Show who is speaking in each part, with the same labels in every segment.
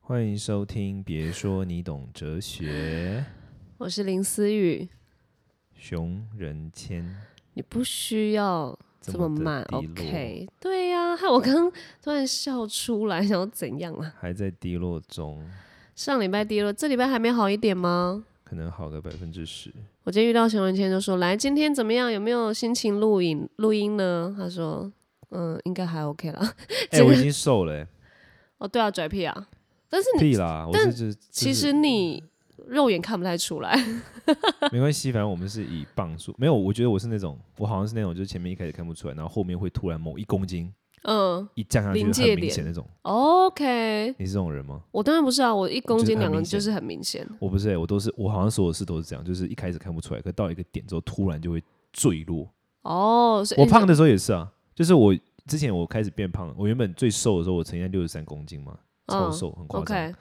Speaker 1: 欢迎收听《别说你懂哲学》，
Speaker 2: 我是林思雨。
Speaker 1: 熊仁谦
Speaker 2: 你不需要这么
Speaker 1: 的
Speaker 2: 慢
Speaker 1: 低落
Speaker 2: ，OK？对呀、害我刚突然笑出来，想要怎样啊？
Speaker 1: 还在低落中，
Speaker 2: 上礼拜跌了，这礼拜还没好一点吗？
Speaker 1: 可能好个百分之十。
Speaker 2: 我今天遇到熊文谦就说：“来，今天怎么样？有没有心情录影录音呢？”他说：“嗯，应该还 OK 啦。
Speaker 1: 哎、
Speaker 2: 这个
Speaker 1: 我已经瘦 了、欸，
Speaker 2: 哦，对啊，拽屁啊！但是你
Speaker 1: 屁啦！我是这
Speaker 2: 其实你肉眼看不太出来，
Speaker 1: 没关系，反正我们是以磅数。没有，我觉得我是那种，我好像是那种，就是前面一开始看不出来，然后后面会突然某一公斤
Speaker 2: 嗯
Speaker 1: 一降下去
Speaker 2: 临
Speaker 1: 就
Speaker 2: 界
Speaker 1: 很明
Speaker 2: 点
Speaker 1: 显那种。
Speaker 2: ，OK。
Speaker 1: 你是这种人吗？
Speaker 2: 我当然不是啊，我一公
Speaker 1: 就是
Speaker 2: 斤
Speaker 1: 很
Speaker 2: 两个
Speaker 1: 明显
Speaker 2: 就是很明显。
Speaker 1: 我不是、欸，我都是，我好像所有事都是这样，就是一开始看不出来，可到一个点之后，突然就会坠落。
Speaker 2: 哦，所以
Speaker 1: 我胖的时候也是啊，就是我之前我开始变胖了，我原本最瘦的时候我曾经六十三公斤嘛，超
Speaker 2: 嗯
Speaker 1: 瘦，很夸张，
Speaker 2: OK，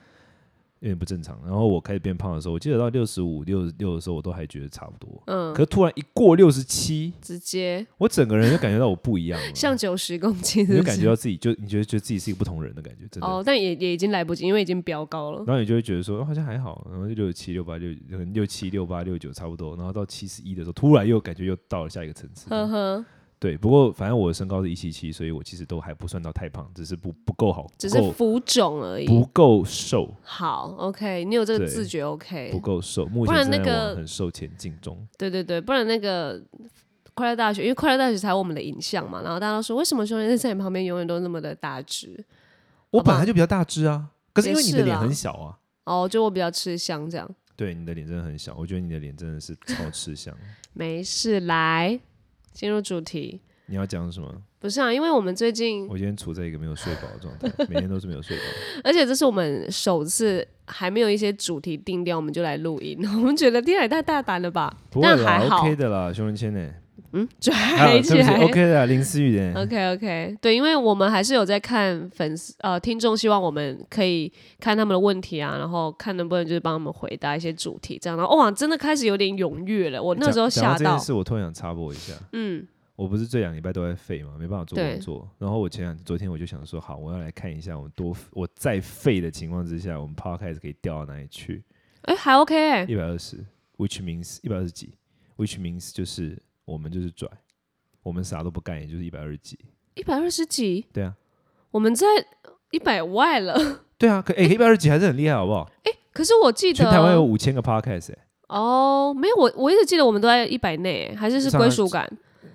Speaker 1: 有点不正常。然后我开始变胖的时候，我记得到六十五、六十六的时候，我都还觉得差不多。
Speaker 2: 嗯
Speaker 1: 可，是突然一过六十七，
Speaker 2: 直接，
Speaker 1: 我整个人就感觉到我不一样了
Speaker 2: 像九十公
Speaker 1: 嗯你
Speaker 2: 斤是
Speaker 1: 就
Speaker 2: 不
Speaker 1: 感
Speaker 2: 是
Speaker 1: 觉到自己就你觉得觉得自己是一个不同人的感觉，真的。
Speaker 2: 哦，但也也已经来不及，因为已经飙高了。
Speaker 1: 然后你就会觉得说、哦好像还好，然后就六七、六八、六可能六七、六八、六九差不多，然后到七十一的时候，突然又感觉又到了下一个层次。
Speaker 2: 呵呵，
Speaker 1: 对，不过反正我的身高是一七七，所以我其实都还不算到太胖，只是不不够好，
Speaker 2: 只
Speaker 1: 不
Speaker 2: 是
Speaker 1: 够
Speaker 2: 浮肿而已。
Speaker 1: 不够瘦，
Speaker 2: 好，OK，你有这个
Speaker 1: 对
Speaker 2: 自觉
Speaker 1: 不
Speaker 2: ，OK。
Speaker 1: 够瘦，目
Speaker 2: 不
Speaker 1: 前
Speaker 2: 然
Speaker 1: 正在
Speaker 2: 那个
Speaker 1: 往很瘦前进中。
Speaker 2: 对对对，不然那个快乐大学，因为快乐大学才有我们的影像嘛，然后大家都说为什么熊仁谦在你旁边永远都那么的大只？
Speaker 1: 我
Speaker 2: 好吧
Speaker 1: 本来就比较大只啊，可是因为你的
Speaker 2: 也是
Speaker 1: 脸
Speaker 2: 啦
Speaker 1: 很小啊。
Speaker 2: 哦，就我比较吃香这样。
Speaker 1: 对，你的脸真的很小，我觉得你的脸真的是超吃香。
Speaker 2: 没事，来进入主题。
Speaker 1: 你要讲什么？
Speaker 2: 不是啊，因为我们最近，
Speaker 1: 我今天处在一个没有睡饱的状态，每天都是没有睡饱。
Speaker 2: 而且这是我们首次还没有一些主题定调，我们就来录音。 我们觉得天也太大胆了吧？
Speaker 1: 不会
Speaker 2: 但还
Speaker 1: 啦
Speaker 2: 好
Speaker 1: ，OK 的啦，熊仁谦呢？
Speaker 2: 嗯，拽
Speaker 1: 啊， 对不
Speaker 2: 起
Speaker 1: 起
Speaker 2: 来。
Speaker 1: ，OK 的啦，林思雨呢？
Speaker 2: OK OK，对，因为我们还是有在看粉丝呃听众，希望我们可以看他们的问题啊，然后看能不能就是帮他们回答一些主题这样。然后哇，真的开始有点踊跃了，我那时候
Speaker 1: 讲讲
Speaker 2: 吓
Speaker 1: 到这件
Speaker 2: 到，
Speaker 1: 事，我突然想插播一下。
Speaker 2: 嗯，
Speaker 1: 我不是这两礼拜都在废嘛，没办法做
Speaker 2: 对
Speaker 1: 工作。然后我前两昨天我就想说，好，我要来看一下我多我再废的情况之下，我们 podcast 可以掉到哪里去？
Speaker 2: 哎、还 OK，、欸、
Speaker 1: 一百二十，which means 一百二十几，which means 就是我们就是拽，我们啥都不干，也就是一百二十几。
Speaker 2: 一百二十几，
Speaker 1: 对啊，
Speaker 2: 我们在一百外了。
Speaker 1: 对啊，可哎，一百二十几还是很厉害，好不好？
Speaker 2: 可是我记
Speaker 1: 全
Speaker 2: 得
Speaker 1: 台湾有五千个 podcast 哎、
Speaker 2: 哦，没有我我一直记得我们都在一百内欸，还是是
Speaker 1: 上
Speaker 2: 归
Speaker 1: 上
Speaker 2: 属感。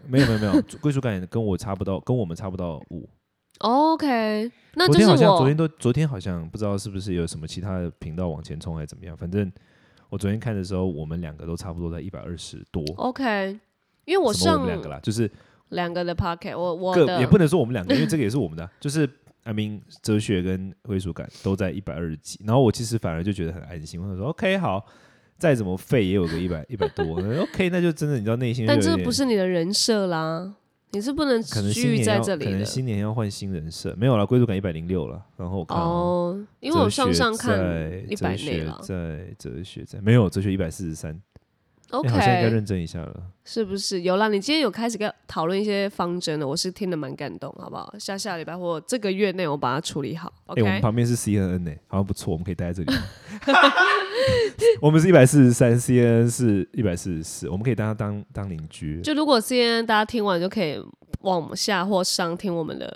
Speaker 1: 没有没有没有， 归属感跟我差不到，跟我们差不到五。
Speaker 2: 哦 OK，那
Speaker 1: 昨
Speaker 2: 就
Speaker 1: 天
Speaker 2: 是
Speaker 1: 好
Speaker 2: 我
Speaker 1: 像昨天都昨天好像不知道是不是有什么其他的频道往前冲还是怎么样，反正我昨天看的时候，我们两个都差不多在一百二十多。
Speaker 2: OK，因为哦我
Speaker 1: 什么我
Speaker 2: 上
Speaker 1: 们两个啦，就是
Speaker 2: 两个的 Pocket，我我
Speaker 1: 各
Speaker 2: 的
Speaker 1: 也不能说我们两个，因 为这个也是我们的啊，就是 I mean 哲学跟归属感都在一百二十几，然后我其实反而就觉得很安心，我想说 OK 好，再怎么废也有个一百一百多，OK 那就真的你知道内心就
Speaker 2: 但
Speaker 1: 有
Speaker 2: 这
Speaker 1: 点
Speaker 2: 不是你的人设啦，你是不能
Speaker 1: 可能新
Speaker 2: 居于
Speaker 1: 年
Speaker 2: 在
Speaker 1: 要
Speaker 2: 这
Speaker 1: 可
Speaker 2: 里
Speaker 1: 能
Speaker 2: 的。
Speaker 1: 新年要换新人设，没有了，归属感一百零六了，然后我看啊、
Speaker 2: 哦，因为我上上看
Speaker 1: 哲
Speaker 2: 一
Speaker 1: 学在
Speaker 2: 百内了
Speaker 1: 在哎哲学在没有哲学一百四十三，
Speaker 2: ，OK，
Speaker 1: 哎好像应该认真一下了。
Speaker 2: 是不是有啦？你今天有开始跟讨论一些方针了，我是听得蛮感动，好不好？下下礼拜或这个月内我把它处理好
Speaker 1: 哎、我们
Speaker 2: ，OK？
Speaker 1: 旁边是 CNN 呢、好像不错，我们可以待在这里。 我们是一百四十三，CNN 是一百四十四，我们可以当当当邻居。
Speaker 2: 就如果 CNN 大家听完就可以往我们下或上听我们的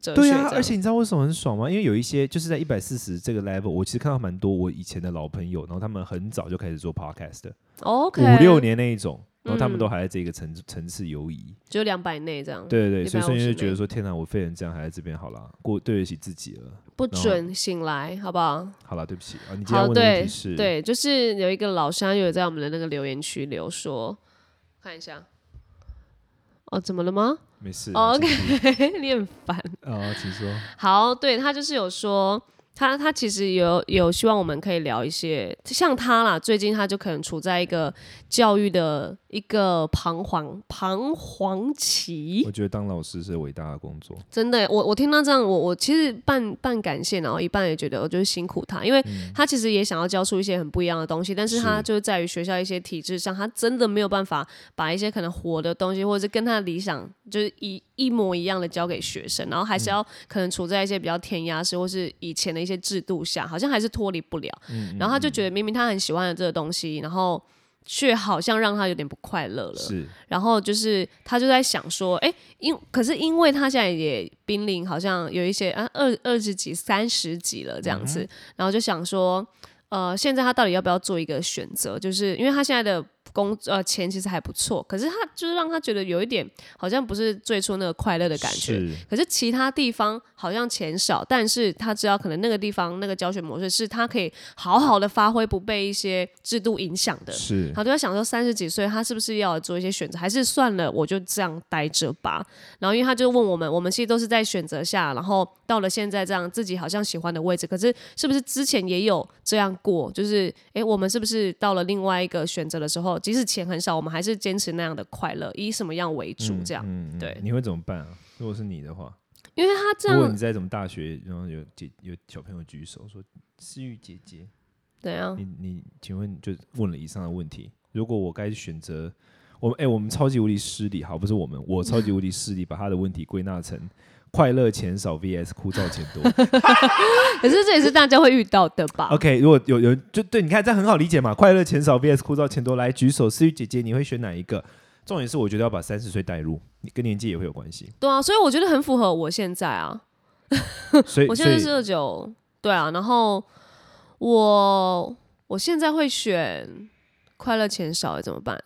Speaker 2: 哲学这
Speaker 1: 对
Speaker 2: 样，
Speaker 1: 啊，而且你知道为什么很爽吗？因为有一些就是在一百四十这个 level，我其实看到蛮多我以前的老朋友，然后他们很早就开始做 podcast 的，
Speaker 2: OK
Speaker 1: 五六年那一种，然后他们
Speaker 2: 嗯
Speaker 1: 都还在这个层、层次游移。
Speaker 2: 就两百内这样，，
Speaker 1: 对对对，所以
Speaker 2: 150
Speaker 1: 瞬间就觉得
Speaker 2: 内
Speaker 1: 说，天哪，我废人这样还在这边，好啦，过对得起自己了，
Speaker 2: 不
Speaker 1: 然后
Speaker 2: 准醒来，好不好？
Speaker 1: 好啦，对不起啊。你今天
Speaker 2: 好，
Speaker 1: 问的问
Speaker 2: 对
Speaker 1: 题是，，
Speaker 2: 对，就是有一个老乡有在我们的那个留言区留说，看一下，哦，怎么了吗？
Speaker 1: 没事。
Speaker 2: 哦
Speaker 1: 你继 续
Speaker 2: 你很烦。
Speaker 1: 啊，请说。
Speaker 2: 好，对他就是有说，他他其实有有希望我们可以聊一些，像他啦，最近他就可能处在一个教育的一个彷徨彷徨期
Speaker 1: 我。觉得当老师是伟大的工作，
Speaker 2: 真的耶，我我听到这样，我我其实半半感谢，然后一半也觉得我就是辛苦他，因为他其实也想要教出一些很不一样的东西，但是他
Speaker 1: 是
Speaker 2: 就是在于学校一些体制上，他真的没有办法把一些可能活的东西，或者是跟他的理想就是一一模一样的教给学生，然后还是要可能处在一些比较填鸭式或是以前的一些制度下，好像还是脱离不了。然后他就觉得明明他很喜欢的这个东西，然后却好像让他有点不快乐了。
Speaker 1: 嗯是
Speaker 2: 然后就是他就在想说，哎，因可是因为他现在也濒临好像有一些啊二二十几、三十几了这样子，然后就想说，呃，现在他到底要不要做一个选择？就是因为他现在的工呃钱其实还不错，可是他就是让他觉得有一点好像不是最初那个快乐的感觉，
Speaker 1: 是
Speaker 2: 可是其他地方好像钱少，但是他知道可能那个地方那个教学模式是他可以好好的发挥，不被一些制度影响的。
Speaker 1: 是
Speaker 2: 他就在想说，三十几岁他是不是要做一些选择，还是算了，我就这样待着吧。然后，因为他就问我们，我们其实都是在选择下，然后到了现在这样自己好像喜欢的位置，可是是不是之前也有这样过？就是，诶，我们是不是到了另外一个选择的时候，即使钱很少，我们还是坚持那样的快乐，以什么样为主？这样，
Speaker 1: 嗯嗯嗯
Speaker 2: 对啊
Speaker 1: 你会怎么办啊？如果是你的话，
Speaker 2: 因为他这
Speaker 1: 如果
Speaker 2: 样
Speaker 1: 你在什么大学，然后有姐有小朋友举手说思雨姐姐，
Speaker 2: 怎样？
Speaker 1: 你你请问就问了以上的问题，如果我该选择，我们哎、我们超级无敌失礼，好，不是我们，我超级无敌失礼，把他的问题归纳成快乐钱少 VS 枯燥钱 多。
Speaker 2: 可是这也是大家会遇到的吧？
Speaker 1: OK，如果有有人就对，你看这样很好理解嘛，快乐钱少 VS 枯燥钱多，来举手，思雨姐姐，你会选哪一个？重点是我觉得要把三十岁带入，你跟年纪也会有关系，
Speaker 2: 对啊，所以我觉得很符合我现在啊，
Speaker 1: 所以
Speaker 2: 我现在是
Speaker 1: 所以
Speaker 2: 二九，对啊，然后我我现在会选快乐钱少哎怎么办？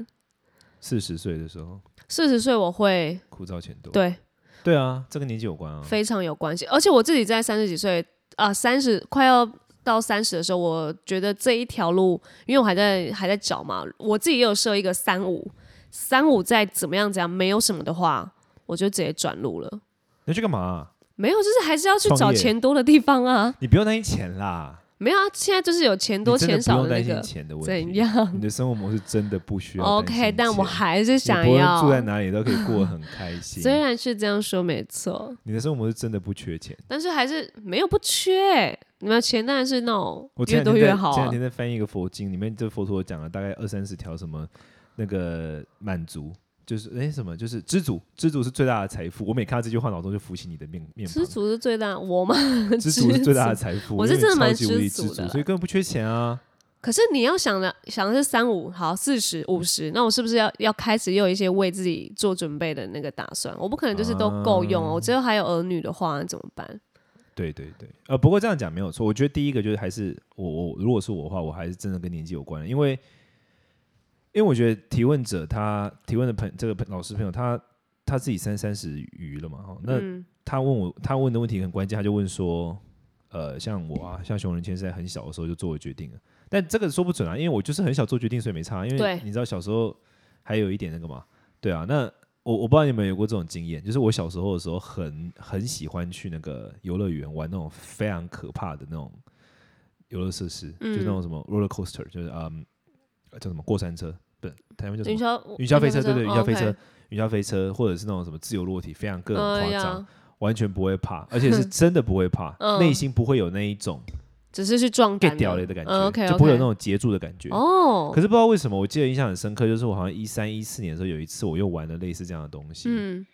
Speaker 1: 四十岁的时候
Speaker 2: 四十岁我会
Speaker 1: 枯燥钱多。
Speaker 2: 对
Speaker 1: 对啊，这跟年纪有关啊。
Speaker 2: 非常有关系，而且我自己在三十几岁啊，三、0十快要到三十的时候，我觉得这一条路，因为我还在还在找嘛，我自己也有设一个三五，三五再怎么样怎样，没有什么的话，我就直接转路了。
Speaker 1: 你要去干嘛啊、
Speaker 2: 没有，就是还是要去找
Speaker 1: 创业
Speaker 2: 钱多的地方啊。
Speaker 1: 你不用担心钱啦，
Speaker 2: 没有啊，现在就是有钱
Speaker 1: 你
Speaker 2: 多
Speaker 1: 真的
Speaker 2: 钱
Speaker 1: 不
Speaker 2: 少
Speaker 1: 用
Speaker 2: 那
Speaker 1: 担心
Speaker 2: 个
Speaker 1: 钱的问题。
Speaker 2: 怎样
Speaker 1: 你的生活模式真的不需要担心
Speaker 2: ？OK，但我
Speaker 1: 钱
Speaker 2: 还是
Speaker 1: 你
Speaker 2: 想
Speaker 1: 不论
Speaker 2: 要
Speaker 1: 住。在哪里都可以过得很 开心。
Speaker 2: 虽然是这样说没错，
Speaker 1: 你的生活模式真的不缺钱。
Speaker 2: 但是还是没有不缺。欸你们钱当然是那种
Speaker 1: 我前
Speaker 2: 越
Speaker 1: 两
Speaker 2: 多
Speaker 1: 天
Speaker 2: 越
Speaker 1: 在
Speaker 2: 好
Speaker 1: 前
Speaker 2: 啊
Speaker 1: 两。天在翻译一个佛经，里面这佛陀讲了大概二三十条什么那个满足，就是哎什么就是知足，知足是最大的财富。我每看到这句话，脑中就浮起你的面面庞
Speaker 2: 知。足是最大，我吗？
Speaker 1: 知足是最大的
Speaker 2: 知足。
Speaker 1: 财富，
Speaker 2: 我
Speaker 1: 因为
Speaker 2: 是真的
Speaker 1: 你
Speaker 2: 蛮
Speaker 1: 超级无
Speaker 2: 知
Speaker 1: 敌
Speaker 2: 足
Speaker 1: 知
Speaker 2: 的
Speaker 1: 足，所以根本不缺钱啊。
Speaker 2: 可是你要想的想的是三五好四十五十，那我是不是要要开始又有一些为自己做准备的那个打算？我不可能就是都够用
Speaker 1: 啊
Speaker 2: 哦，我之后还有儿女的话怎么办？
Speaker 1: 对对对，呃，不过这样讲没有错。我觉得第一个就是还是我我如果是我的话，我还是真的跟年纪有关，因为因为我觉得提问者他提问的朋这个朋老师朋友他他自己三三十余了嘛，哈，那
Speaker 2: 嗯
Speaker 1: 他问我他问的问题很关键，他就问说，呃，像我啊，像熊仁谦是在很小的时候就做了决定了，但这个说不准啊，因为我就是很小做决定，所以没差，啊因
Speaker 2: 对
Speaker 1: 为你知道小时候还有一点那个嘛，对啊，那我我不知道你们有过这种经验，就是我小时候的时候很很喜欢去那个游乐园玩那种非常可怕的那种游乐设施，
Speaker 2: 嗯
Speaker 1: 就
Speaker 2: 哦
Speaker 1: 是那种什么 roller coaster，就是嗯叫什么过山车，不是台湾叫什
Speaker 2: 云
Speaker 1: 么
Speaker 2: 霄
Speaker 1: 云霄飞车，对对，云
Speaker 2: 哦
Speaker 1: 霄飞
Speaker 2: OK
Speaker 1: 车，云霄飞车，或者是那种什么自由落体，非常各种
Speaker 2: 哎
Speaker 1: 夸
Speaker 2: 呀
Speaker 1: 张，完全不会怕， 而 且是真的不会怕，
Speaker 2: 嗯
Speaker 1: 内心不会有那一种
Speaker 2: 只是去撞
Speaker 1: get
Speaker 2: 杆
Speaker 1: 掉了的感觉，
Speaker 2: 哦 OK，
Speaker 1: 就不会有那种截住的感觉。
Speaker 2: 嗯哦，
Speaker 1: 可是不知道为什么，我记得印象很深刻，就是我好像一三一四年的时候，有一次我又玩了类似这样的东西，
Speaker 2: 嗯，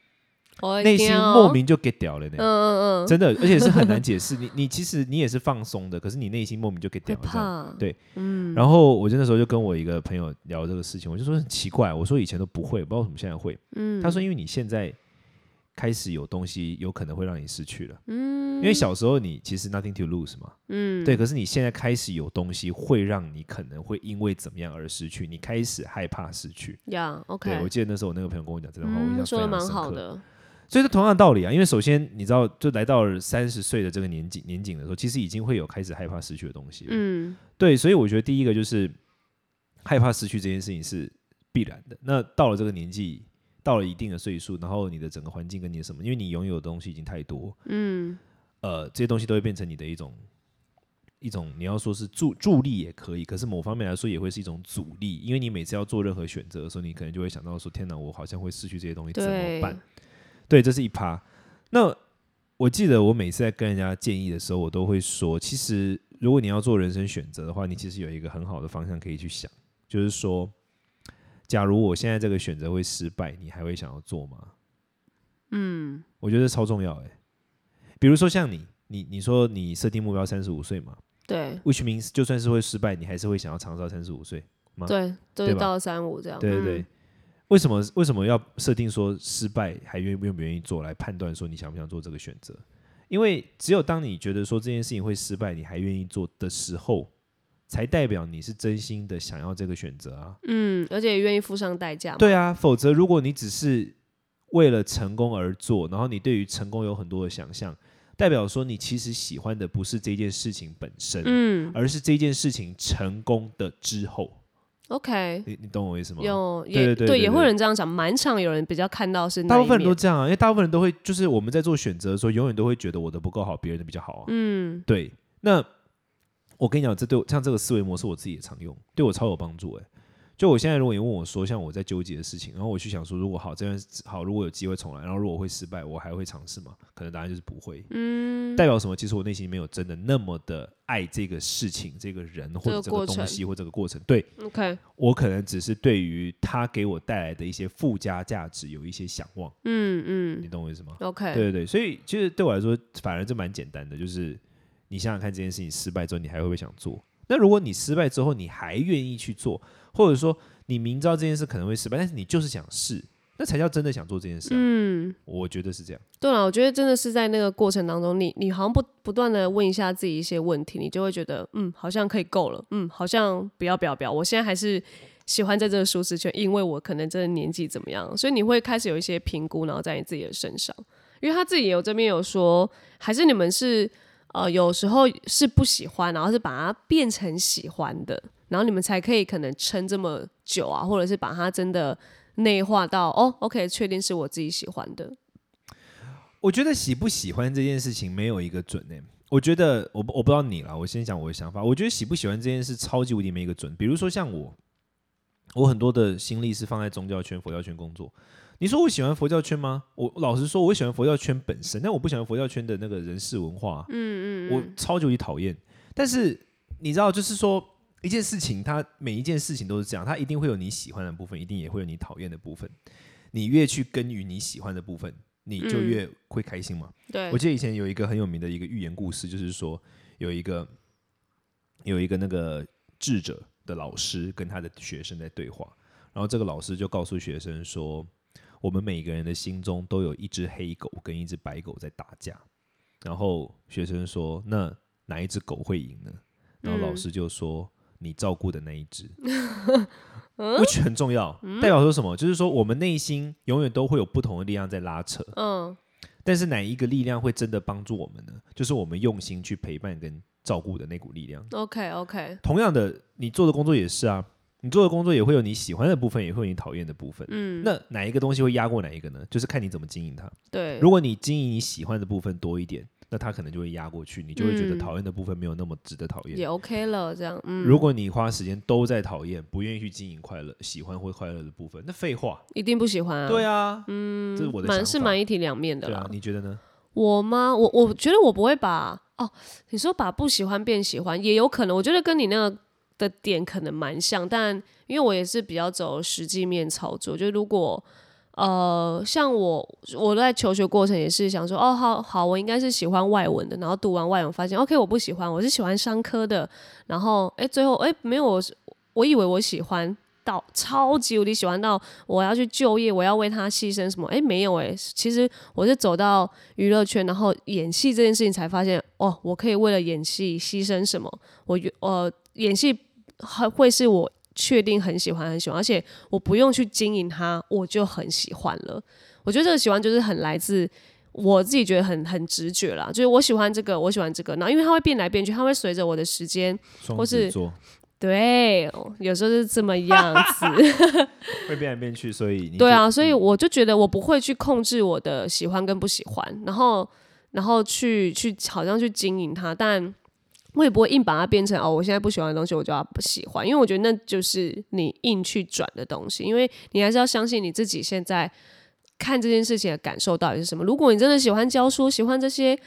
Speaker 2: 我一
Speaker 1: 内
Speaker 2: 定
Speaker 1: 心
Speaker 2: 要
Speaker 1: 莫名就 get 掉了呢
Speaker 2: 嗯，嗯嗯，
Speaker 1: 啊真的，而且是很难解释。你 你其实你也是放松的，可是你内心莫名就 get
Speaker 2: 会
Speaker 1: 掉了这样。
Speaker 2: 怕，
Speaker 1: 对，
Speaker 2: 嗯，
Speaker 1: 然后我就那时候就跟我一个朋友聊这个事情，我就说很奇怪，我说以前都不会，不知道为什么现在会。
Speaker 2: 嗯
Speaker 1: 他说，因为你现在开始有东西有可能会让你失去了，
Speaker 2: 嗯，
Speaker 1: 因为小时候你其实 nothing to lose 嘛，
Speaker 2: 嗯
Speaker 1: 对。可是你现在开始有东西会让你可能会因为怎么样而失去，你开始害怕失去。
Speaker 2: 呀
Speaker 1: 对，我
Speaker 2: ，OK，
Speaker 1: 记得那时候我那个朋友跟我讲这段话，我印
Speaker 2: 嗯，
Speaker 1: 象
Speaker 2: 说
Speaker 1: 非
Speaker 2: 的
Speaker 1: 常
Speaker 2: 蛮
Speaker 1: 深
Speaker 2: 好
Speaker 1: 刻。
Speaker 2: 的，
Speaker 1: 所以是同样的道理啊，因为首先你知道，就来到了三十岁的这个年纪年景的时候，其实已经会有开始害怕失去的东西了。
Speaker 2: 嗯
Speaker 1: 对，所以我觉得第一个就是害怕失去这件事情是必然的。那到了这个年纪，到了一定的岁数，然后你的整个环境跟你的什么，因为你拥有的东西已经太多，
Speaker 2: 嗯
Speaker 1: 呃，这些东西都会变成你的一种一种你要说是助助力也可以，可是某方面来说也会是一种阻力，因为你每次要做任何选择的时候，你可能就会想到说，天哪，我好像会失去这些东西，怎么
Speaker 2: 对
Speaker 1: 办？对，这是一趴。那我记得我每次在跟人家建议的时候，我都会说，其实如果你要做人生选择的话，你其实有一个很好的方向可以去想，就是说，假如我现在这个选择会失败，你还会想要做吗？嗯，我觉得超重要诶、欸比如说像你，你你说你设定目标三十五岁嘛
Speaker 2: 对
Speaker 1: ，which means 就算是会失败，你还是会想要长到三十五岁。吗
Speaker 2: 对，都
Speaker 1: 啊对
Speaker 2: 是
Speaker 1: 吧
Speaker 2: 到三五这样。
Speaker 1: 对对对，
Speaker 2: 嗯
Speaker 1: 为什么为什么要设定说失败还愿不愿不愿意做来判断说你想不想做这个选择？因为只有当你觉得说这件事情会失败，你还愿意做的时候，才代表你是真心的想要这个选择啊。
Speaker 2: 嗯，而且也愿意付上代价嘛。
Speaker 1: 对啊，否则如果你只是为了成功而做，然后你对于成功有很多的想象，代表说你其实喜欢的不是这件事情本身，
Speaker 2: 嗯
Speaker 1: 而是这件事情成功的之后。
Speaker 2: ，OK，
Speaker 1: 你你懂我意思吗？
Speaker 2: 有
Speaker 1: 对
Speaker 2: 也
Speaker 1: 对对对
Speaker 2: 也会有
Speaker 1: 对
Speaker 2: 人这样讲，蛮常有人比较看到是那
Speaker 1: 大部
Speaker 2: 一
Speaker 1: 分人都
Speaker 2: 面
Speaker 1: 这样啊，因为大部分人都会，就是我们在做选择的时候，永远都会觉得我的不够好，别人的比较好啊。
Speaker 2: 嗯
Speaker 1: 对，那我跟你讲，这对我像这个思维模式，我自己也常用，对我超有帮助、欸。就我现在如果你问我说，像我在纠结的事情，然后我去想说，如果好这段好，如果有机会重来，然后如果我会失败，我还会尝试吗？可能答案就是不会。
Speaker 2: 嗯，
Speaker 1: 代表什么？其实我内心没有真的那么的爱这个事情、这个人或者
Speaker 2: 这
Speaker 1: 这个
Speaker 2: 个过程
Speaker 1: 东西或这个过程。对
Speaker 2: OK，
Speaker 1: 我可能只是对于它给我带来的一些附加价值有一些想望，
Speaker 2: 嗯
Speaker 1: 你
Speaker 2: 嗯
Speaker 1: 懂我意思吗？
Speaker 2: ，OK，
Speaker 1: 对对对，所以其实对我来说，反而这蛮简单的，就是你想想看，这件事情失败之后，你还会不会想做？那如果你失败之后，你还愿意去做，或者说你明知道这件事可能会失败，但是你就是想试，那才叫真的想做这件事、啊。
Speaker 2: 嗯，
Speaker 1: 我觉得是这样。
Speaker 2: 对了，我觉得真的是在那个过程当中，你你好像不不断的问一下自己一些问题，你就会觉得，嗯，好像可以够了，嗯，好像不要不要不要，我现在还是喜欢在这个舒适圈，因为我可能真的年纪怎么样，所以你会开始有一些评估，然后在你自己的身上，因为他自己有这边有说，还是你们是呃有时候是不喜欢，然后是把它变成喜欢的，然后你们才可以可能撑这么久啊，或者是把它真的内化到哦，OK，确定是我自己喜欢的，
Speaker 1: 我觉得喜不喜欢这件事情没有一个准欸诶、我觉得我不我不知道你啦，我先讲我的想法。我觉得喜不喜欢这件事超级无敌没一个准。比如说像我，我很多的心力是放在宗教圈、佛教圈工作。你说我喜欢佛教圈吗？我老实说，我喜欢佛教圈本身，但我不喜欢佛教圈的那个人事文化啊、
Speaker 2: 嗯嗯，
Speaker 1: 我
Speaker 2: 嗯
Speaker 1: 超级无敌讨厌。但是你知道，就是说一件事情，它每一件事情都是这样，它一定会有你喜欢的部分，一定也会有你讨厌的部分。你越去耕耘你喜欢的部分，你就
Speaker 2: 嗯
Speaker 1: 越会开心嘛。
Speaker 2: 对
Speaker 1: 我，记得以前有一个很有名的一个寓言故事，就是说有一个有一个那个智者的老师跟他的学生在对话，然后这个老师就告诉学生说，我们每个人的心中都有一只黑狗跟一只白狗在打架，然后学生说，那哪一只狗会赢呢？然后老
Speaker 2: 嗯
Speaker 1: 师就说。你照顾的那一 只，which 很重要，
Speaker 2: 嗯
Speaker 1: 代表说什么？就是说我们内心永远都会有不同的力量在拉扯，
Speaker 2: 嗯
Speaker 1: 但是哪一个力量会真的帮助我们呢？就是我们用心去陪伴跟照顾的那股力量。
Speaker 2: ，OK OK，
Speaker 1: 同样的，你做的工作也是啊，你做的工作也会有你喜欢的部分，也会有你讨厌的部分。
Speaker 2: 嗯，
Speaker 1: 那哪一个东西会压过哪一个呢？就是看你怎么经营它。
Speaker 2: 对，
Speaker 1: 如果你经营你喜欢的部分多一点，那它可能就会压过去，你就会觉得
Speaker 2: 嗯
Speaker 1: 讨厌的部分没有那么值得讨厌。
Speaker 2: 也 OK 了，这样，嗯，
Speaker 1: 如果你花时间都在讨厌，不愿意去经营快乐、喜欢或快乐的部分，那废话。
Speaker 2: 一定不喜欢啊，
Speaker 1: 对
Speaker 2: 啊，
Speaker 1: 啊，嗯，这是我的想
Speaker 2: 蛮
Speaker 1: 法。
Speaker 2: 是蛮一体两面的
Speaker 1: 对啊
Speaker 2: 啦，。
Speaker 1: 你觉得呢？
Speaker 2: 我吗？我我觉得我不会把哦，你说把不喜欢变喜欢，也有可能，我觉得跟你那个的点可能蛮像，但因为我也是比较走实际面操作，就如果。呃，像我，我在求学过程也是想说，哦，好好，我应该是喜欢外文的，然后读完外文发现，OK，我不喜欢，我是喜欢商科的，然后，哎，最后，哎，没有，我是我以为我喜欢到超级无敌喜欢到我要去就业，我要为他牺牲什么，哎，没有，哎，其实我是走到娱乐圈，然后演戏这件事情才发现，哦，我可以为了演戏牺牲什么？我原呃，演戏还会是我确定很喜欢很喜欢，而且我不用去经营它，我就很喜欢了。我觉得这个喜欢就是很来自我自己觉得很很直觉啦，就是我喜欢这个，我喜欢这个，然后因为它会变来变去，它会随着我的时间，
Speaker 1: 双
Speaker 2: 或
Speaker 1: 子
Speaker 2: 是
Speaker 1: 座
Speaker 2: 对，有时候是这么样子。
Speaker 1: 会变来变去，所以你
Speaker 2: 对
Speaker 1: 就嗯
Speaker 2: 啊，所以我就觉得我不会去控制我的喜欢跟不喜欢，然后然后去去好像去经营它，但我也不会硬把它变成哦，我现在不喜欢的东西我就要不喜欢，因为我觉得那就是你硬去转的东西，因为你还是要相信你自己现在看这件事情的感受到底是什么。如果你真的喜欢教书，喜欢这些。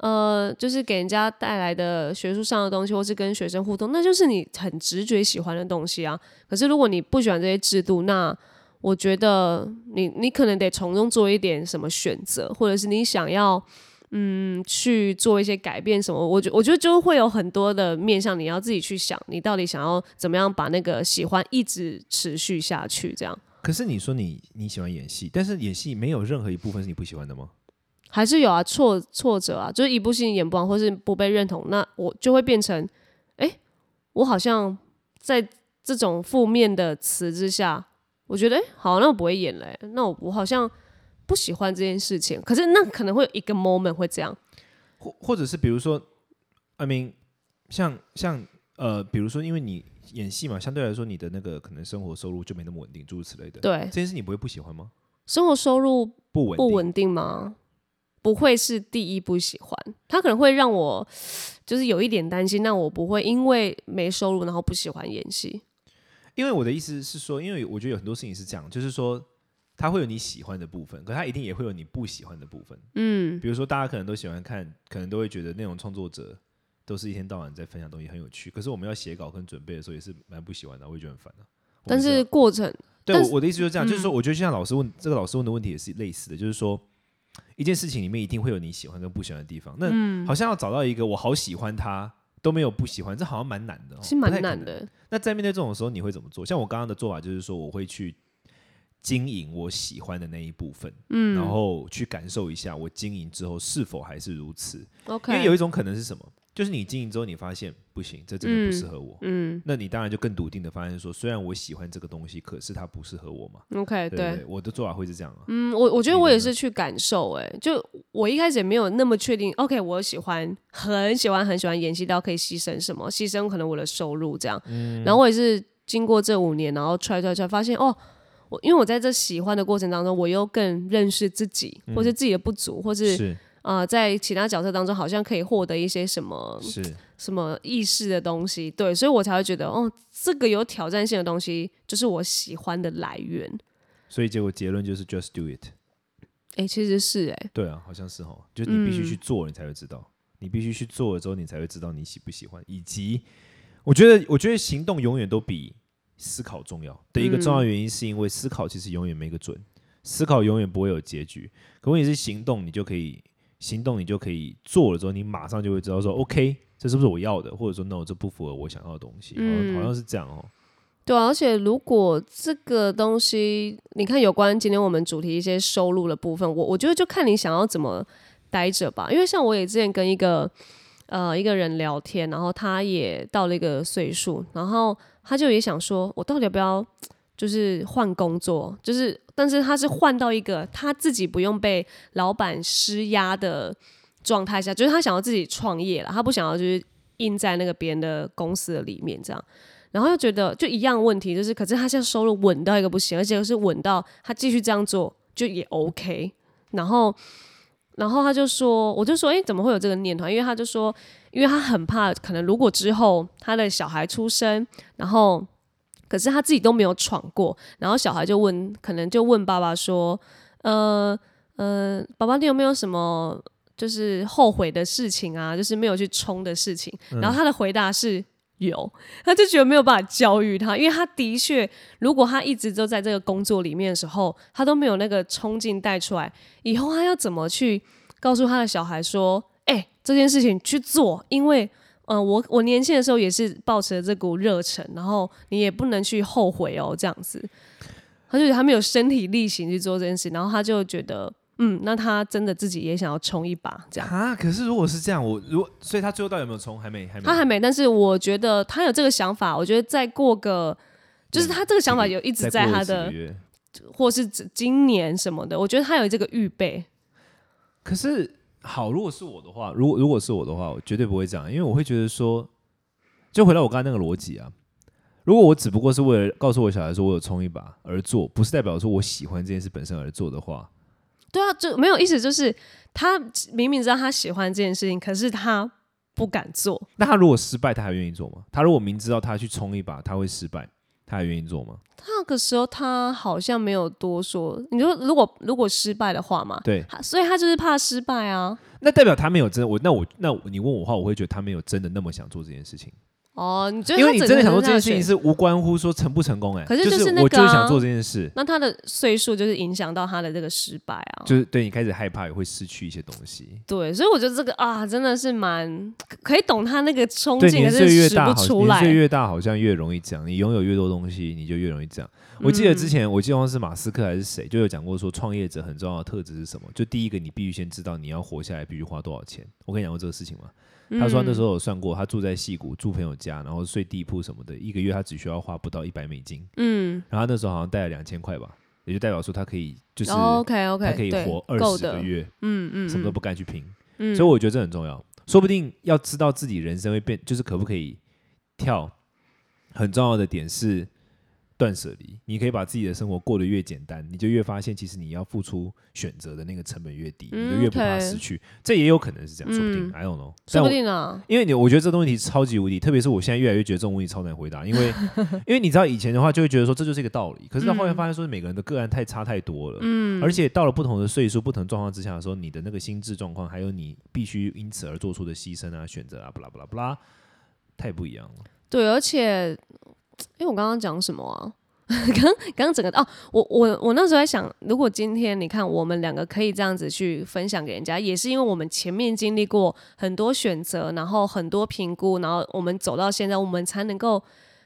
Speaker 2: 呃，就是给人家带来的学术上的东西，或是跟学生互动，那就是你很直觉喜欢的东西啊。可是如果你不喜欢这些制度，那我觉得你你可能得从中做一点什么选择，或者是你想要嗯去做一些改变什么。我觉我觉得就会有很多的面向，你要自己去想，你到底想要怎么样把那个喜欢一直持续下去，这样
Speaker 1: 可是你说你你喜欢演戏，但是演戏没有任何一部分是你不喜欢的吗？
Speaker 2: 还是有啊挫挫折啊，就是一部戏演不完，或是不被认同，那我就会变成，哎、我好像在这种负面的词之下，我觉得哎、诶好，那我不会演了、诶那我我好像不喜欢这件事情。可是那可能会有一个 moment 会这样，
Speaker 1: 或或者是比如说，I mean，像像呃，比如说因为你演戏嘛，相对来说你的那个可能生活收入就没那么稳定，诸如此类的。
Speaker 2: 对
Speaker 1: 这，件事你不会不喜欢吗？
Speaker 2: 生活收入
Speaker 1: 不稳定，
Speaker 2: 不稳定吗？不会是第一不喜欢，他可能会让我就是有一点担心，那我不会因为没收入然后不喜欢演戏。
Speaker 1: 因为我的意思是说，因为我觉得有很多事情是这样，就是说它会有你喜欢的部分，可它一定也会有你不喜欢的部分。
Speaker 2: 嗯，
Speaker 1: 比如说，大家可能都喜欢看，可能都会觉得内容创作者都是一天到晚在分享东西很有趣，可是我们要写稿跟准备的时候也是蛮不喜欢的，我也觉得很烦的、啊我
Speaker 2: 但
Speaker 1: 们
Speaker 2: 是嗯过程
Speaker 1: 对
Speaker 2: 但
Speaker 1: 我我的意思就是这样，就是说，我觉得就像老师问这个老师问的问题也是类似的，就是说，一件事情里面一定会有你喜欢跟不喜欢的地方。那、
Speaker 2: 嗯
Speaker 1: 好像要找到一个我好喜欢它都没有不喜欢，这好像蛮难的、哦，
Speaker 2: 是
Speaker 1: 不太
Speaker 2: 蛮
Speaker 1: 可
Speaker 2: 难
Speaker 1: 能。
Speaker 2: 的。
Speaker 1: 那在面对这种时候，你会怎么做？像我刚刚的做法就是说，我会去经营我喜欢的那一部分，嗯，然后去感受一下我经营之后是否还是如此。因
Speaker 2: OK，
Speaker 1: 为有一种可能是什么？就是你经营之后，你发现不行，这真的不适合我。
Speaker 2: 嗯
Speaker 1: 那你当然就更笃定的发现说，虽然我喜欢这个东西，可是它不适合我嘛。
Speaker 2: ，OK，
Speaker 1: 对对，我的做法会是这样啊。
Speaker 2: 嗯，我我觉得
Speaker 1: 你
Speaker 2: 我
Speaker 1: 呢
Speaker 2: 也是去感受、欸，就我一开始也没有那么确定，OK，我喜欢，很喜欢，很喜欢演戏到可以牺牲什么，牺牲可能我的收入这样，
Speaker 1: 嗯
Speaker 2: 然后我也是经过这五年，然后 try try try，发现哦。我因为我在这喜欢的过程当中，我又更认识自己，或是自己的不足，或
Speaker 1: 嗯
Speaker 2: 是
Speaker 1: 是
Speaker 2: 呃，在其他角色当中好像可以获得一些什么
Speaker 1: 是，
Speaker 2: 什么意识的东西，对，所以我才会觉得，哦，这个有挑战性的东西就是我喜欢的来源。
Speaker 1: 所以结果结论就是 just do it。
Speaker 2: 诶，其实是诶，
Speaker 1: 对啊，好像是哦，就是你必须
Speaker 2: 嗯
Speaker 1: 去做，你才会知道，你必须去做了之后，你才会知道你喜不喜欢，以及我觉得，我觉得行动永远都比思考重要的一个重要
Speaker 2: 嗯
Speaker 1: 原因，是因为思考其实永远没个准，思考永远不会有结局，可问题是行动，你就可以行动，你就可以做了之后，你马上就会知道说，OK，这是不是我要的，或者说 No，这不符合我想要的东西，好像
Speaker 2: 嗯
Speaker 1: 好像是这样哦。
Speaker 2: 对啊、而且如果这个东西，你看有关今天我们主题一些收入的部分，我我觉得就看你想要怎么待着吧。因为像我也之前跟一个呃一个人聊天，然后他也到了一个岁数，然后他就也想说，我到底要不要就是换工作？就是但是他是换到一个他自己不用被老板施压的状态下，就是他想要自己创业了，他不想要就是印在那个别人的公司的里面这样。然后又觉得就一样问题，就是可是他现在收入稳到一个不行，而且是稳到他继续这样做就也 OK。然后，然后他就说，我就说，诶，怎么会有这个念头？因为他就说，因为他很怕，可能如果之后他的小孩出生，然后可是他自己都没有闯过，然后小孩就问，可能就问爸爸说，呃呃，爸爸，你有没有什么？就是后悔的事情啊，就是没有去冲的事情。然后他的回答是有，他就觉得没有办法教育他，因为他的确，如果他一直都在这个工作里面的时候，他都没有那个冲劲带出来，以后他要怎么去告诉他的小孩说，哎、这件事情去做，因为。嗯、我我年轻的时候也是抱持着这股热忱，然后你也不能去后悔哦，这样子。他就觉得他没有身体力行去做这件事，然后他就觉得，嗯，那他真的自己也想要冲一把，这样。
Speaker 1: 啊，可是如果是这样，我如果所以他最后到底有没有冲？还没，还没，
Speaker 2: 他还没，但是我觉得他有这个想法，我觉得再过个，就是他这个想法有一直
Speaker 1: 再
Speaker 2: 在
Speaker 1: 过
Speaker 2: 他
Speaker 1: 几个
Speaker 2: 的，
Speaker 1: 月
Speaker 2: 或是指今年什么的，我觉得他有这个预备。
Speaker 1: 可是好，如果是我的话，如果如果是我的话，我绝对不会这样，因为我会觉得说，就回到我刚才那个逻辑啊，如果我只不过是为了告诉我小孩说我有冲一把而做，不是代表说我喜欢这件事本身而做的话，
Speaker 2: 对啊，就没有意思，就是他明明知道他喜欢这件事情，可是他不敢做。
Speaker 1: 那他如果失败，他还愿意做吗？他如果明知道他去冲一把他会失败，他还愿意做 吗？
Speaker 2: 那个时候他好像没有多说，你说如果如果失败的话嘛，
Speaker 1: 对，
Speaker 2: 他所以他就是怕失败啊。
Speaker 1: 那代表他没有真的我，那我那我你问我的话，我会觉得他没有真的那么想做这件事情，
Speaker 2: 哦，你觉得
Speaker 1: 因
Speaker 2: 他
Speaker 1: 为你
Speaker 2: 整
Speaker 1: 真
Speaker 2: 个
Speaker 1: 的想做这件
Speaker 2: 人在
Speaker 1: 事情
Speaker 2: 选
Speaker 1: 是无关乎说成不成功、哎，
Speaker 2: 可是
Speaker 1: 就
Speaker 2: 就是那
Speaker 1: 我
Speaker 2: 个
Speaker 1: 就是
Speaker 2: 啊
Speaker 1: 想做这件事，
Speaker 2: 那他的岁数就是影响到他的这个失败啊。
Speaker 1: 就是对你开始害怕也会失去一些东西。
Speaker 2: 对，所以我觉得这个啊，真的是蛮可可以懂他那个冲
Speaker 1: 对，
Speaker 2: 劲，可
Speaker 1: 年
Speaker 2: 是
Speaker 1: 岁越
Speaker 2: 使
Speaker 1: 大，
Speaker 2: 不
Speaker 1: 好，
Speaker 2: 出
Speaker 1: 年
Speaker 2: 来
Speaker 1: 岁。越大好像越容易这样。你拥有越多东西，你就越容易这样。我记得
Speaker 2: 嗯
Speaker 1: 之前，我记得好像是马斯克还是谁，就有讲过说，创业者很重要的特质是什么？就第一个，你必须先知道你要活下来必须花多少钱。我跟你讲过这个事情吗？他说他那
Speaker 2: 嗯
Speaker 1: 时候有算过，他住在戏谷，住朋友家，然后睡地铺什么的，一个月他只需要花不到一百美金。
Speaker 2: 嗯
Speaker 1: 然后他那时候好像带了两千块吧，也就代表说他可以就是
Speaker 2: ，OK OK，
Speaker 1: 他可以活二
Speaker 2: 哦够
Speaker 1: 十个
Speaker 2: 的，
Speaker 1: 月，
Speaker 2: 嗯嗯，
Speaker 1: 什么都
Speaker 2: 嗯
Speaker 1: 不干去拼。
Speaker 2: 嗯
Speaker 1: 所以我觉得这很重要。说不定要知道自己人生会变，就是可不可以跳，很重要的点是断舍离。你可以把自己的生活过得越简单，你就越发现，其实你要付出选择的那个成本越低，
Speaker 2: 嗯
Speaker 1: 你就越不怕
Speaker 2: OK
Speaker 1: 失去。这也有可能是这样，说不定、
Speaker 2: 嗯
Speaker 1: I don't know。
Speaker 2: 说
Speaker 1: 但
Speaker 2: 不
Speaker 1: 我
Speaker 2: 定啊，
Speaker 1: 因为你，我觉得这个问题超级无敌，特别是我现在越来越觉得这种问题超难回答，因 为因为你知道以前的话就会觉得说这就是一个道理，可是到
Speaker 2: 嗯
Speaker 1: 后面发现说每个人的个案太差太多了，嗯，而且到了不同的岁数、不同状况之下的时候，你的那个心智状况，还有你必须因此而做出的牺牲啊、选择啊，不啦不啦不啦，太不一样了。
Speaker 2: 对，而且，因为我刚刚讲什么啊？ 刚刚整个哦，我我我那时候在想，如果今天你看我们两个可以这样子去分享给人家，也是因为我们前面经历过很多选择，然后很多评估，然后我们走到现在，我们才能够，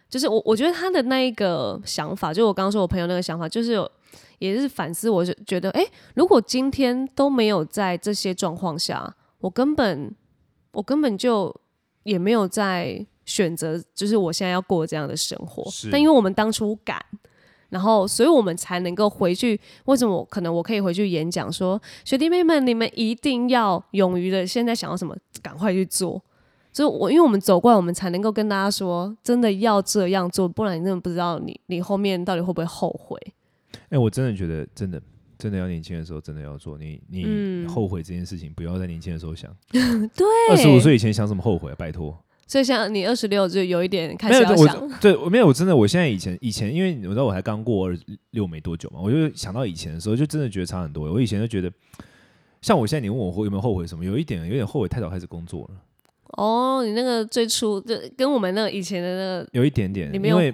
Speaker 2: 就是我我觉得他的那一个想法，就我刚刚说我朋友那个想法，就是有也是反思，我就觉得，诶，如果今天都没有在这些状况下，我根本我根本就也没有在选择，就是我现在要过这样的生活
Speaker 1: 是。
Speaker 2: 但因为我们当初敢，然后所以我们才能够回去。为什么我可能我可以回去演讲说，学弟妹们，你们一定要勇于的，现在想要什么，赶快去做。所以我，因为我们走过来，我们才能够跟大家说，真的要这样做，不然你真的不知道你你后面到底会不会后悔。
Speaker 1: 哎、我真的觉得，真的真的要年轻的时候真的要做，你你
Speaker 2: 嗯
Speaker 1: 后悔这件事情，不要在年轻的时候想，
Speaker 2: 对，
Speaker 1: 二十五岁以前想什么后悔、啊，拜托。
Speaker 2: 所以像你二十六就有一点开
Speaker 1: 没
Speaker 2: 始
Speaker 1: 有，
Speaker 2: 要
Speaker 1: 我
Speaker 2: 想，
Speaker 1: 对我没有，我真的，我现在以前以前，因为你知道我才刚过二十六没多久嘛，我就想到以前的时候，就真的觉得差很多。我以前就觉得，像我现在你问我会有没有后悔什么，有一点有点后悔太早开始工作了，
Speaker 2: 哦，你那个最初就跟我们那个以前的那个，
Speaker 1: 有一点点，
Speaker 2: 你没
Speaker 1: 因
Speaker 2: 有
Speaker 1: 为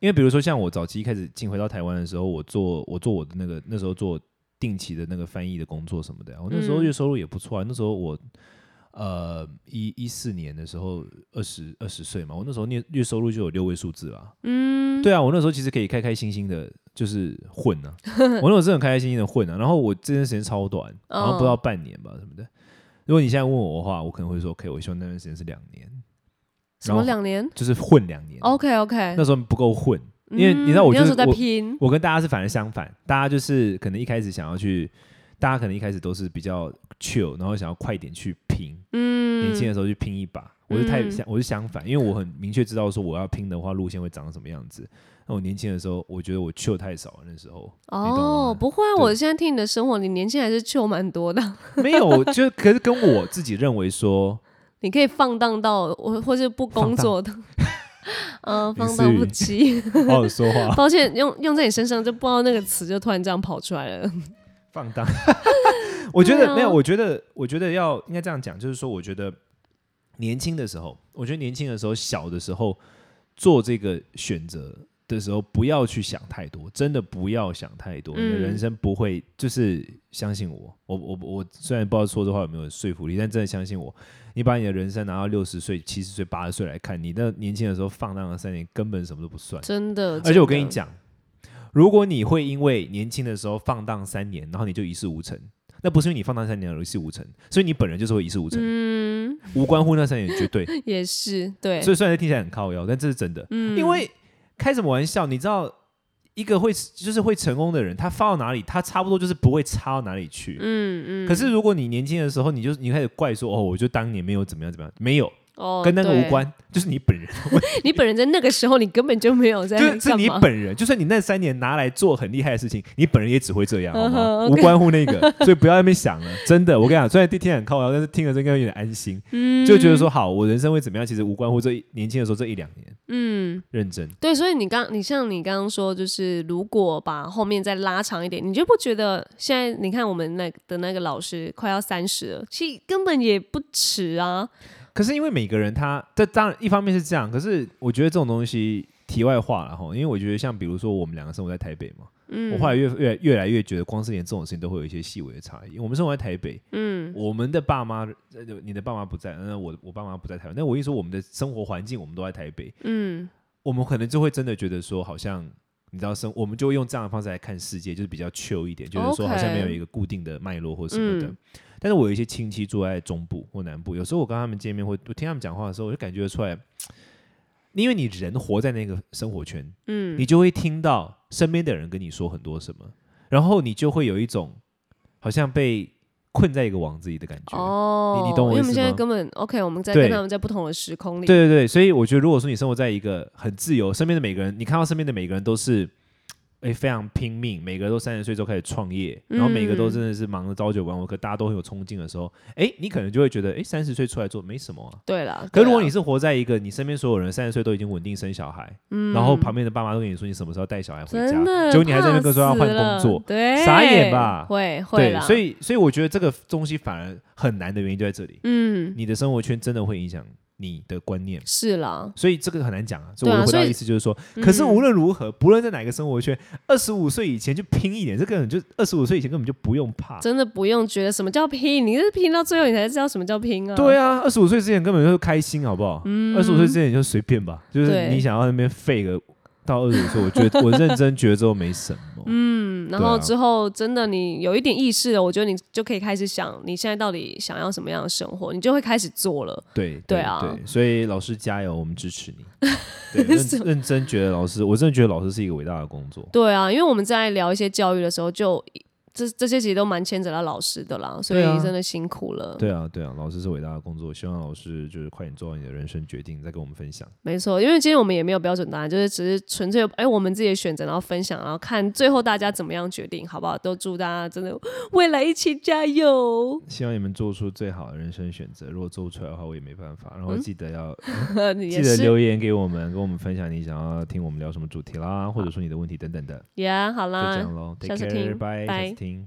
Speaker 1: 因为比如说像我早期一开始进回到台湾的时候，我做我做我的那个那时候做定期的那个翻译的工作什么的，我那时候
Speaker 2: 嗯
Speaker 1: 月收入也不错啊，那时候我。呃，一一四年的时候，二十二十岁嘛，我那时候月月收入就有六位数字啦，
Speaker 2: 嗯，
Speaker 1: 对啊，我那时候其实可以开开心心的，就是混 啊。我那时候真的开开心心的混啊。然后我这段时间超短，
Speaker 2: 嗯
Speaker 1: 好像不到半年吧什么的。如果你现在问我的话，我可能会说，OK，我希望那段时间是两年，
Speaker 2: 什么两年
Speaker 1: 就是混两年。
Speaker 2: ？OK OK，
Speaker 1: 那时候不够混，因为你知道我
Speaker 2: 嗯那
Speaker 1: 就是
Speaker 2: 时候在
Speaker 1: 我
Speaker 2: 拼，
Speaker 1: 我跟大家是反而相反，大家就是可能一开始想要去，大家可能一开始都是比较 chill，然后想要快点去拼，
Speaker 2: 嗯，
Speaker 1: 年轻的时候去拼一把。我是太
Speaker 2: 嗯
Speaker 1: 相，我是相反，因为我很明确知道说我要拼的话，路线会长什么样子。那我年轻的时候，我觉得我 chill 太少了，那时候你懂吗
Speaker 2: 哦，不会啊，
Speaker 1: 对
Speaker 2: 我现在听你的生活，你年轻还是旧蛮多的，
Speaker 1: 没有，就可是跟我自己认为说，
Speaker 2: 你可以放荡到我，或是不工作的， 嗯，放荡不羁。
Speaker 1: 好好说话，
Speaker 2: 抱歉，用用在你身上就不知道那个词就突然这样跑出 来了。
Speaker 1: 放荡。我觉得、
Speaker 2: 对啊
Speaker 1: 没有，我觉得我觉得要应该这样讲，就是说，我觉得年轻的时候，我觉得年轻的时候，小的时候做这个选择的时候，不要去想太多，真的不要想太多，你的
Speaker 2: 嗯
Speaker 1: 人生不会就是相信我，我我我虽然不知道说这话有没有说服力，但真的相信我，你把你的人生拿到六十岁、七十岁、八十岁来看，你那年轻的时候放荡了三年，根本什么都不算。
Speaker 2: 真的。
Speaker 1: 而且我跟
Speaker 2: 真
Speaker 1: 你
Speaker 2: 的，
Speaker 1: 讲，如果你会因为年轻的时候放荡三年，然后你就一事无成，那不是因为你放荡三年而一事无成，所以你本人就是会一事无成，
Speaker 2: 嗯，
Speaker 1: 无关乎那三年绝对。
Speaker 2: 也是对，
Speaker 1: 所以虽然听起来很靠腰，但这是真的。
Speaker 2: 嗯
Speaker 1: 因为开什么玩笑？你知道，一个会就是会成功的人，他发到哪里，他差不多就是不会差到哪里去。
Speaker 2: 嗯嗯，
Speaker 1: 可是如果你年轻的时候，你就你开始怪说哦，我就当年没有怎么样怎么样，没有，
Speaker 2: 哦，
Speaker 1: 跟那个
Speaker 2: 对
Speaker 1: 无，关，就是你本人，
Speaker 2: 你本人在那个时候你根本就没有在
Speaker 1: 就是是
Speaker 2: 干
Speaker 1: 你
Speaker 2: 嘛
Speaker 1: 本人。就算你那三年拿来做很厉害的事情，你本人也只会这样，好
Speaker 2: 嗯
Speaker 1: 吗？
Speaker 2: 哼
Speaker 1: 无
Speaker 2: ，OK
Speaker 1: 关乎那个，所以不要在那边想了。真的，我跟你讲，虽然地铁很靠腰，但是听了真的有点安心，
Speaker 2: 嗯
Speaker 1: 就觉得说好，我人生会怎么样，其实无关乎这一年轻的时候这一两年。嗯，认真。
Speaker 2: 对，所以你刚你像你刚刚说，就是如果把后面再拉长一点，你就不觉得现在你看我们那的那个老师快要三十了，其实根本也不迟啊。
Speaker 1: 可是因为每个人他，这当然一方面是这样，可是我觉得这种东西题外话了哈，因为我觉得像比如说我们两个生活在台北嘛，
Speaker 2: 嗯
Speaker 1: 我后来越越越来越觉得，光是连这种事情都会有一些细微的差异。我们生活在台北，嗯，我们的爸妈，呃你的爸妈不在，那我我爸妈不在台湾，那我一说我们的生活环境，我们都在台北，
Speaker 2: 嗯，
Speaker 1: 我们可能就会真的觉得说，好像你知道生，我们就会用这样的方式来看世界，就是比较 chill 一点，觉得说
Speaker 2: OK
Speaker 1: 好像没有一个固定的脉络或什么的。
Speaker 2: 嗯
Speaker 1: 但是我有一些亲戚住在中部或南部，有时候我跟他们见面或我听他们讲话的时候，我就感觉出来，因为你人活在那个生活圈，嗯，你就会听到身边的人跟你说很多什么，然后你就会有一种好像被困在一个网子里的感觉。
Speaker 2: 哦，
Speaker 1: 你懂我意
Speaker 2: 因为我们
Speaker 1: 思
Speaker 2: 现在
Speaker 1: 吗
Speaker 2: 根本 OK，我们在
Speaker 1: 对
Speaker 2: 跟他们在不同的时空里。
Speaker 1: 对对对，所以我觉得，如果说你生活在一个很自由，身边的每个人，你看到身边的每个人都是，哎，非常拼命，每个都三十岁之后开始创业，然后每个都真的是忙得朝九晚五，可大家都很有冲劲的时候，哎，你可能就会觉得，哎，三十岁出来做没什么啊。
Speaker 2: 对啦，
Speaker 1: 可
Speaker 2: 对
Speaker 1: 如果
Speaker 2: 啦
Speaker 1: 你是活在一个你身边所有人三十岁都已经稳定生小孩，然后旁边的爸妈都跟你说你什么时候带小孩回家
Speaker 2: 嗯真，的，
Speaker 1: 结果你还在那边跟说要
Speaker 2: 怕
Speaker 1: 换
Speaker 2: 死了
Speaker 1: 工作，
Speaker 2: 对，
Speaker 1: 傻眼吧
Speaker 2: 会会
Speaker 1: 对
Speaker 2: 啦，，
Speaker 1: 所
Speaker 2: 以
Speaker 1: 以所以我觉得这个东西反而很难的原因就在这里，
Speaker 2: 嗯，
Speaker 1: 你的生活圈真的会影响你的观念。
Speaker 2: 是啦，
Speaker 1: 所以这个很难讲啊。所以
Speaker 2: 对
Speaker 1: 我
Speaker 2: 啊
Speaker 1: 的回答
Speaker 2: 所以嗯
Speaker 1: 意思就是说，可是无论如何，不论在哪个生活圈，二十五岁以前就拼一点，这根本就二十五岁以前根本就不用怕。
Speaker 2: 真的不用觉得什么叫拼，你是拼到最后你才知道什么叫拼啊。
Speaker 1: 对啊，二十五岁之前根本就开心，好不好？二十五岁之前你就随便吧，就是
Speaker 2: 嗯对
Speaker 1: 你想要那边废个到二十五岁，我觉 得我认真觉得之后没什么。
Speaker 2: 嗯，然
Speaker 1: 对啊
Speaker 2: 后之后真的你有一点意识了，我觉得你就可以开始想你现在到底想要什么样的生活，你就会开始做了。
Speaker 1: 对
Speaker 2: 对啊
Speaker 1: 对，所以老师加油，我们支持 你。对，认认真觉得老师，我真的觉得老师是一个伟大的工作。
Speaker 2: 对啊，因为我们在聊一些教育的时候就，这这些其实都蛮牵扯到老师的啦，所以
Speaker 1: 对啊
Speaker 2: 真的辛苦了。
Speaker 1: 对啊，对啊，老师是伟大的工作，希望老师就是快点做到你的人生决定，再跟我们分享。
Speaker 2: 没错，因为今天我们也没有标准答案，就是只是纯粹哎我们自己的选择，然后分享，然后看最后大家怎么样决定，好不好？都祝大家真的 未来一起加油！
Speaker 1: 希望你们做出最好的人生选择。如果做不出来的话，我也没办法。然后记得要、
Speaker 2: 你
Speaker 1: 记
Speaker 2: 嗯 也
Speaker 1: 得
Speaker 2: 是
Speaker 1: 留言给我们，跟我们分享你想要听我们聊什么主题啦，或者说你的问题等等的。
Speaker 2: 呀好
Speaker 1: 就这
Speaker 2: 啦
Speaker 1: 样，喽
Speaker 2: 嗯下
Speaker 1: ，Take
Speaker 2: 次
Speaker 1: care，
Speaker 2: 听
Speaker 1: 拜，下
Speaker 2: 拜
Speaker 1: 次听。